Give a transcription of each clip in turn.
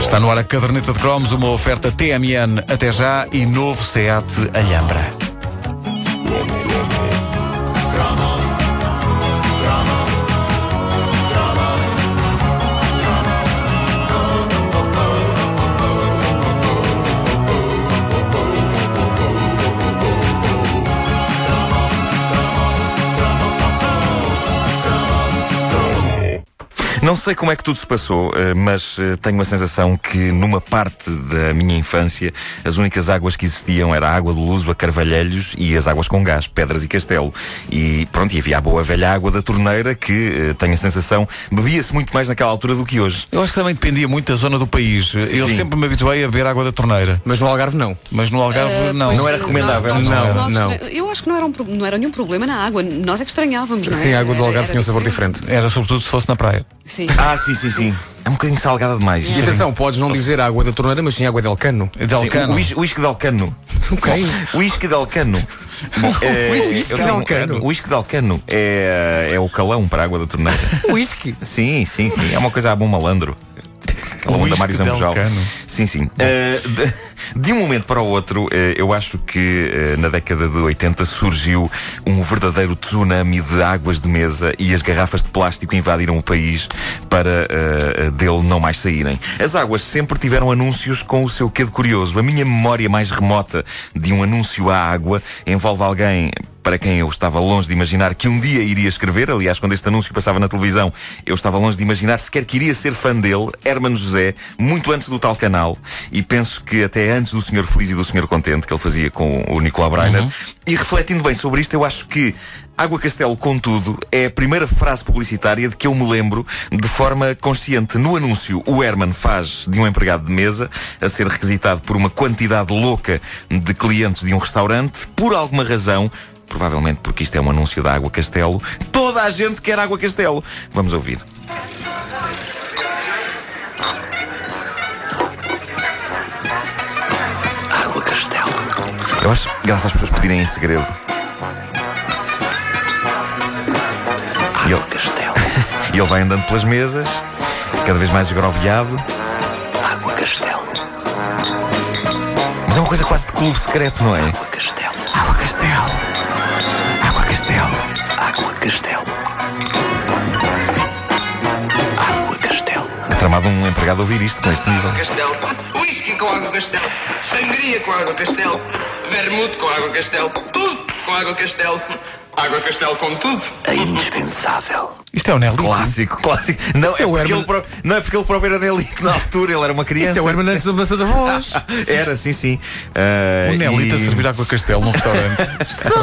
Está no ar a caderneta de cromos, uma oferta TMN até já e novo SEAT Alhambra. Não sei como é que tudo se passou, eh, mas eh, tenho a sensação que numa parte da minha infância as únicas águas que existiam era a água do Luso, a Carvalhelhos e as águas com gás, Pedras e Castelo. E pronto, e havia a boa velha água da torneira que eh, tenho a sensação bebia-se muito mais naquela altura do que hoje. Eu acho que também dependia muito da zona do país. Eu sim. sempre me habituei a beber água da torneira, Mas no Algarve não. mas no Algarve Ah, não. pois, Não era recomendável. nós- Não, nós não. estra- Eu acho que não era, um, pro- não era nenhum problema na água. Nós é que estranhávamos, não é? Sim, a água do Era- Algarve era tinha um sabor diferente. Era sobretudo se fosse na praia. Sim. Ah, sim, sim, sim. É um bocadinho salgada demais. E atenção, podes não dizer água da torneira, mas sim água del cano. É De Sim, Alcano. o whis- o uísque de Alcano. Ok. O uísque de Alcano. Bom, eh, Uísque eu de tenho- Alcano. O uísque de Alcano é, é o calão para a água da torneira. Whisky. Sim, sim, sim. É uma coisa a bom malandro. Aquela O onda uísque Mário de Zambujal. Alcano. Sim, sim. Eh, de, de um momento para o outro, eh, eu acho que eh, na década de 80 surgiu um verdadeiro tsunami de águas de mesa e as garrafas de plástico invadiram o país para eh, eh, dele não mais saírem. As águas sempre tiveram anúncios com o seu quê de curioso. A minha memória mais remota de um anúncio à água envolve alguém para quem eu estava longe de imaginar que um dia iria escrever. Aliás, quando este anúncio passava na televisão, eu estava longe de imaginar sequer que iria ser fã dele, Hermano José, muito antes do tal canal, e penso que até antes do Senhor Feliz e do Senhor Contente, que ele fazia com o Nicolau Breiner. E refletindo bem sobre isto, eu acho que Água Castelo, contudo, é a primeira frase publicitária de que eu me lembro de forma consciente. No anúncio, o Herman faz de um empregado de mesa a ser requisitado por uma quantidade louca de clientes de um restaurante, por alguma razão, provavelmente porque isto é um anúncio da Água Castelo, toda a gente quer Água Castelo. Vamos ouvir. Água Castelo. Eu acho graças às pessoas pedirem em segredo. E ele, Água Castelo. e ele vai andando pelas mesas, cada vez mais esgroviado. Água Castelo. Mas é uma coisa quase de clube secreto, não é? Água Castelo. Água Castelo. Água Castelo. Água Castelo. Água Castelo. É tramado um empregado ouvir isto com este nível. Castelo, whisky com água Castelo, sangria com água Castelo, vermute com água Castelo, tudo com água Castelo, água Castelo com tudo. A indispensável. Isto é o Nelly. Clássico, clássico. Não Isso é, é o porque Herman- ele, pro- não é porque ele próprio era Nelito na altura, ele era uma criança. Isso é o Herman antes da mudança da voz. Era, sim, sim. Ah, O Nelly a e- servir água Castelo num restaurante. Isto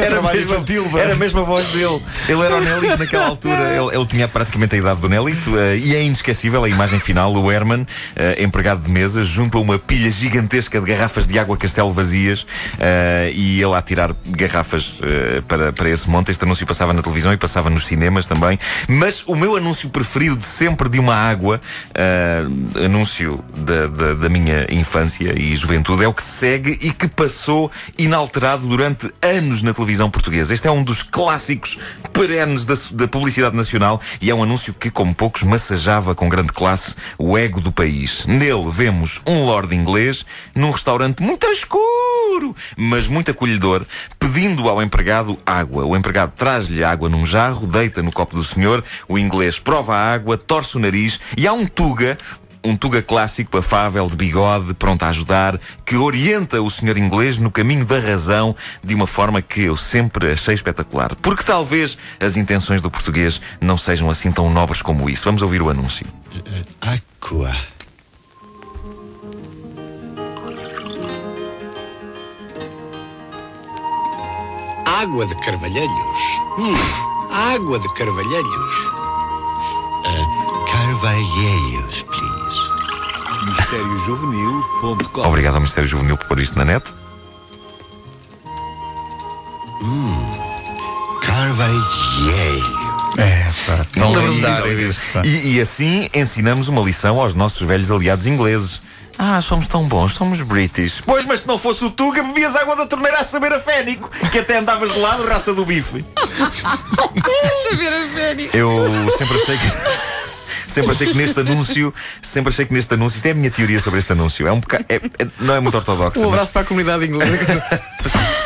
é Era trabalho mesmo- infantil, vá. Era mesmo a voz dele. Ele era o Nelito naquela altura. Ele, ele tinha praticamente a idade do Nelito. eh, e é inesquecível a imagem final: o Herman, eh, empregado de mesa, junto a uma pilha gigantesca de garrafas de água castelo vazias. eh, e ele a tirar garrafas eh, para, para esse monte. Este anúncio passava na televisão e passava nos cinemas também. Mas o meu anúncio preferido de sempre de uma água, eh, anúncio da, da- da minha infância e juventude, é o que segue e que passou inalterado durante anos na televisão portuguesa. Este é um dos clássicos perenes da, da publicidade nacional e é um anúncio que, como poucos, massageava com grande classe o ego do país. Nele vemos um lord inglês num restaurante muito escuro, mas muito acolhedor, pedindo ao empregado água. O empregado traz-lhe água num jarro, deita no copo do senhor, o inglês prova a água, torce o nariz e há um tuga um tuga clássico, afável, de bigode, pronto a ajudar, que orienta o senhor inglês no caminho da razão de uma forma que eu sempre achei espetacular. Porque talvez as intenções do português não sejam assim tão nobres como isso. Vamos ouvir o anúncio. Aqua. Água de Carvalhelhos. Hum, água de Carvalhelhos. Ah, Carvalhelhos, please. Obrigado ao Ministério Juvenil por pôr isto na net. Carvalhelhos. É, pá, tão Lembro-me lendário disto. isto, pá. E, e assim ensinamos uma lição aos nossos velhos aliados ingleses. Ah, somos tão bons, somos british. Pois, mas se não fosse o Tuga, bebias água da torneira a saber a fénico, que até andavas de lado, raça do bife. Saber a sério. Eu sempre achei que. Sempre achei que neste anúncio, sempre achei que neste anúncio, isto é a minha teoria sobre este anúncio, é um bocado, é- é- não é muito ortodoxo. Um mas- abraço para a comunidade inglesa.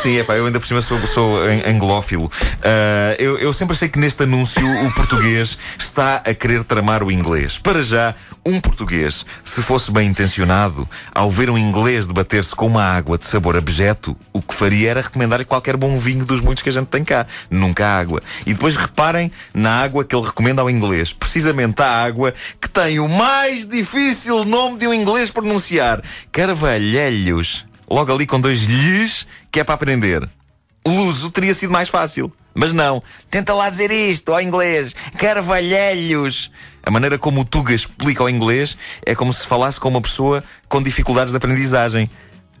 Sim, é pá, eu ainda por cima sou, sou an- anglófilo. Ah, eu, eu sempre achei que neste anúncio o português está a querer tramar o inglês. Para já, um português, se fosse bem intencionado, ao ver um inglês debater-se com uma água de sabor abjeto, o que faria era recomendar-lhe qualquer bom vinho dos muitos que a gente tem cá. Nunca água. E depois reparem na água que ele recomenda ao inglês. Precisamente a água que tem o mais difícil nome de um inglês pronunciar: Carvalhelhos logo ali com dois lhes, que é para aprender. Luso teria sido mais fácil. Mas não. Tenta lá dizer isto ao inglês. Carvalhelhos. A maneira como o Tuga explica ao inglês é como se falasse com uma pessoa com dificuldades de aprendizagem.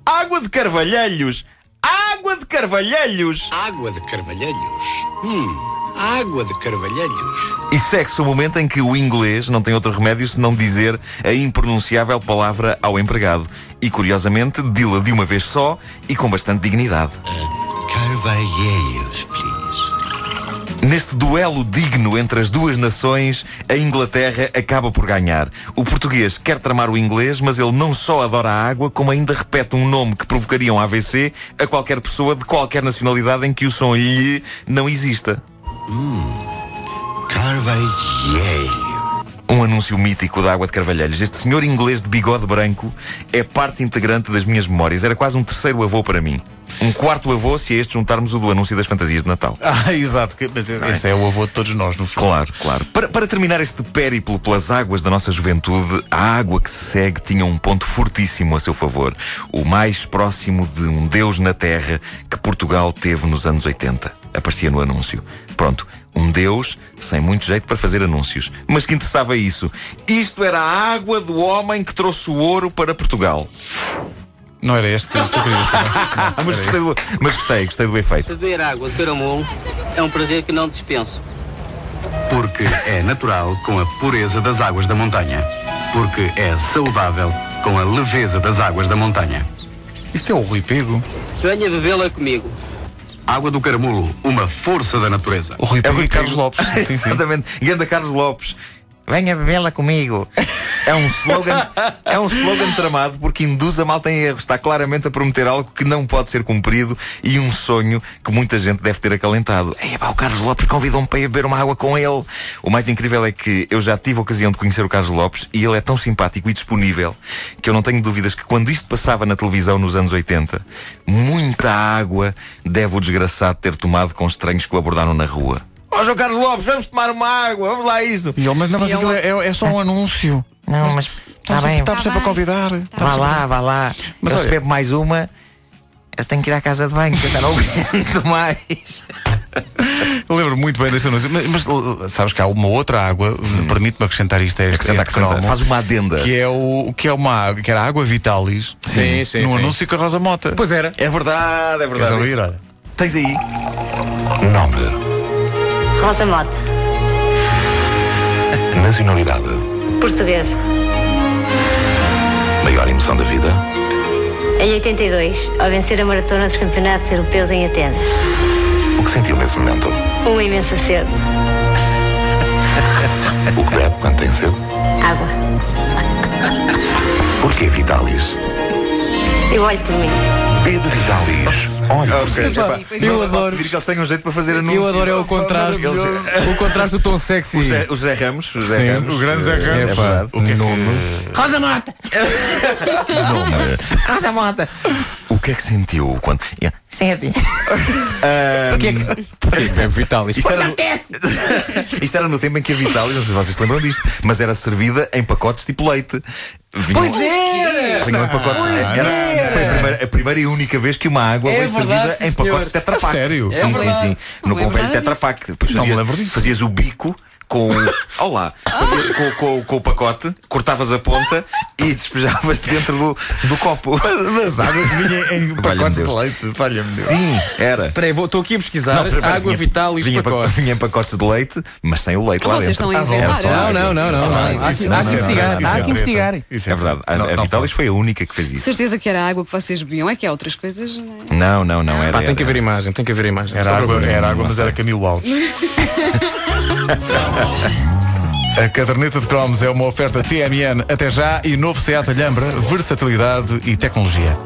Água de carvalhelhos. Água de carvalhelhos. Água de Carvalhelhos. Hum, água de Carvalhelhos. E segue-se o momento em que o inglês não tem outro remédio senão dizer a impronunciável palavra ao empregado. E curiosamente, dila de uma vez só e com bastante dignidade. Carvalhelhos, please. Neste duelo digno entre as duas nações, a Inglaterra acaba por ganhar. O português quer tramar o inglês, mas ele não só adora a água, como ainda repete um nome que provocaria um AVC a qualquer pessoa de qualquer nacionalidade em que o som lhe não exista. Carvalhelhos. Um anúncio mítico da Água de Carvalheiros. Este senhor inglês de bigode branco é parte integrante das minhas memórias. Era quase um terceiro avô para mim. Um quarto avô se a este juntarmos o do anúncio das fantasias de Natal. Ah, exato. que- Mas esse é o avô de todos nós, no fundo. Claro, claro. Para, para terminar este périplo pelas águas da nossa juventude, a água que se segue tinha um ponto fortíssimo a seu favor. O mais próximo de um Deus na Terra que Portugal teve nos anos 80. Aparecia no anúncio. Pronto, um Deus sem muito jeito para fazer anúncios. Mas que interessava isso? Isto era a água do homem que trouxe o ouro para Portugal. Não era este que tu querias falar. Mas gostei do, mas gostei, gostei do efeito. Beber água de caramulo é um prazer que não dispenso. Porque é natural com a pureza das águas da montanha. Porque é saudável com a leveza das águas da montanha. Isto é o Rui Pego. Venha bebê-la comigo. Água do caramulo, uma força da natureza. O Rui É o Pego Rui e Carlos Pego. Lopes. Sim, sim. Exatamente. Ganda Carlos Lopes. Venha bebê-la comigo. É um slogan, é um slogan tramado porque induz a malta em erro. Está claramente a prometer algo que não pode ser cumprido e um sonho que muita gente deve ter acalentado. Ei, pá, o Carlos Lopes convidou-me para ir beber uma água com ele. O mais incrível é que eu já tive a ocasião de conhecer o Carlos Lopes e ele é tão simpático e disponível que eu não tenho dúvidas que quando isto passava na televisão nos anos 80, muita água deve o desgraçado ter tomado com estranhos que o abordaram na rua. Ó João Carlos Lopes, vamos tomar uma água, vamos lá a isso. E ele, mas não, mas E ele- aquilo é, é só um anúncio. Não, mas Está está sempre, bem, Tá está sempre a bem. convidar. Está vá sempre- lá, vá lá. Mas eu olha- se bebo mais uma, eu tenho que ir à casa de banho, que eu já não aguento mais. Eu lembro muito bem deste anúncio. Mas, mas, uh, sabes que há uma outra água, Hum. permite-me acrescentar isto a este, Acrescenta, este acrescenta. cromo, tá Faz uma adenda. Que é, o, que é uma água, que era a água Vitalis. Sim, sim, Num sim. anúncio com a Rosa Mota. Pois era. É verdade, é Queres verdade. ouvir? Olha. Tens aí. Nome, Rosa Mota, nacionalidade, portuguesa, maior emoção da vida. em 82, ao vencer a maratona dos campeonatos europeus em Atenas. Um O que sentiu nesse momento? Uma imensa sede. O que bebe quando tem sede? Água. Porquê é Vitalis? Eu olho por mim. Pedro Vitalis. Olha, Sim, foi eu sim. adoro. Diria que eles têm um jeito para fazer anúncios. Eu adoro é o contraste. Eles- O contraste do tom sexy. Oh, O Zé, o Zé Ramos, o Zé Sim, Ramos. é o grande Zé eh, Ramos. É verdade. O que é que... Rosa Mota! Rosa Ah, Mota. O que é que sentiu quando. Sente. Porquê que- porquê que é vital? Isto é? Isto era, no... Isto era no tempo em que a Vitalis, não sei se vocês se lembram disto, mas era servida em pacotes tipo leite. Vinha Pois é! Vinham em pacotes. era, é. Foi a primeira, a primeira e única vez que uma água foi É servida verdade, sim, em pacotes senhor. Tetra Pak. A sério? É Sim, sim, sim. No bom Não me velho lembrava Tetra disso. Pak. Depois Não me fazias- lembro disso. Fazias o bico. com. Olá! Fazias com, com- com o pacote, cortavas a ponta e despejavas dentro do, do copo. Mas água que vinha em pacotes de Deus. leite, valha-me Deus. Sim, era. Peraí, estou aqui a pesquisar. Não, espera, espera, água vinha- vital e vinha em pa- pacote. Vinha em pacotes de leite, mas sem o leite lá Então Vocês dentro. estão a Ah, inventar. era só não, água. Não, não, não. Não, não. Há que isso é há que treta, investigar. isso Há que treta. investigar. Isso É verdade, a, Não, a não Vitalis foi a única que fez De isso. certeza que era a água que vocês bebiam, é que há outras coisas, não é? Não, não, não, era. Pá, tem era. que haver imagem, tem que haver imagem. Era Só água, para- era água, mas era Camilo Alves. A caderneta de cromos é uma oferta TMN até já e novo Seat Alhambra, versatilidade e tecnologia.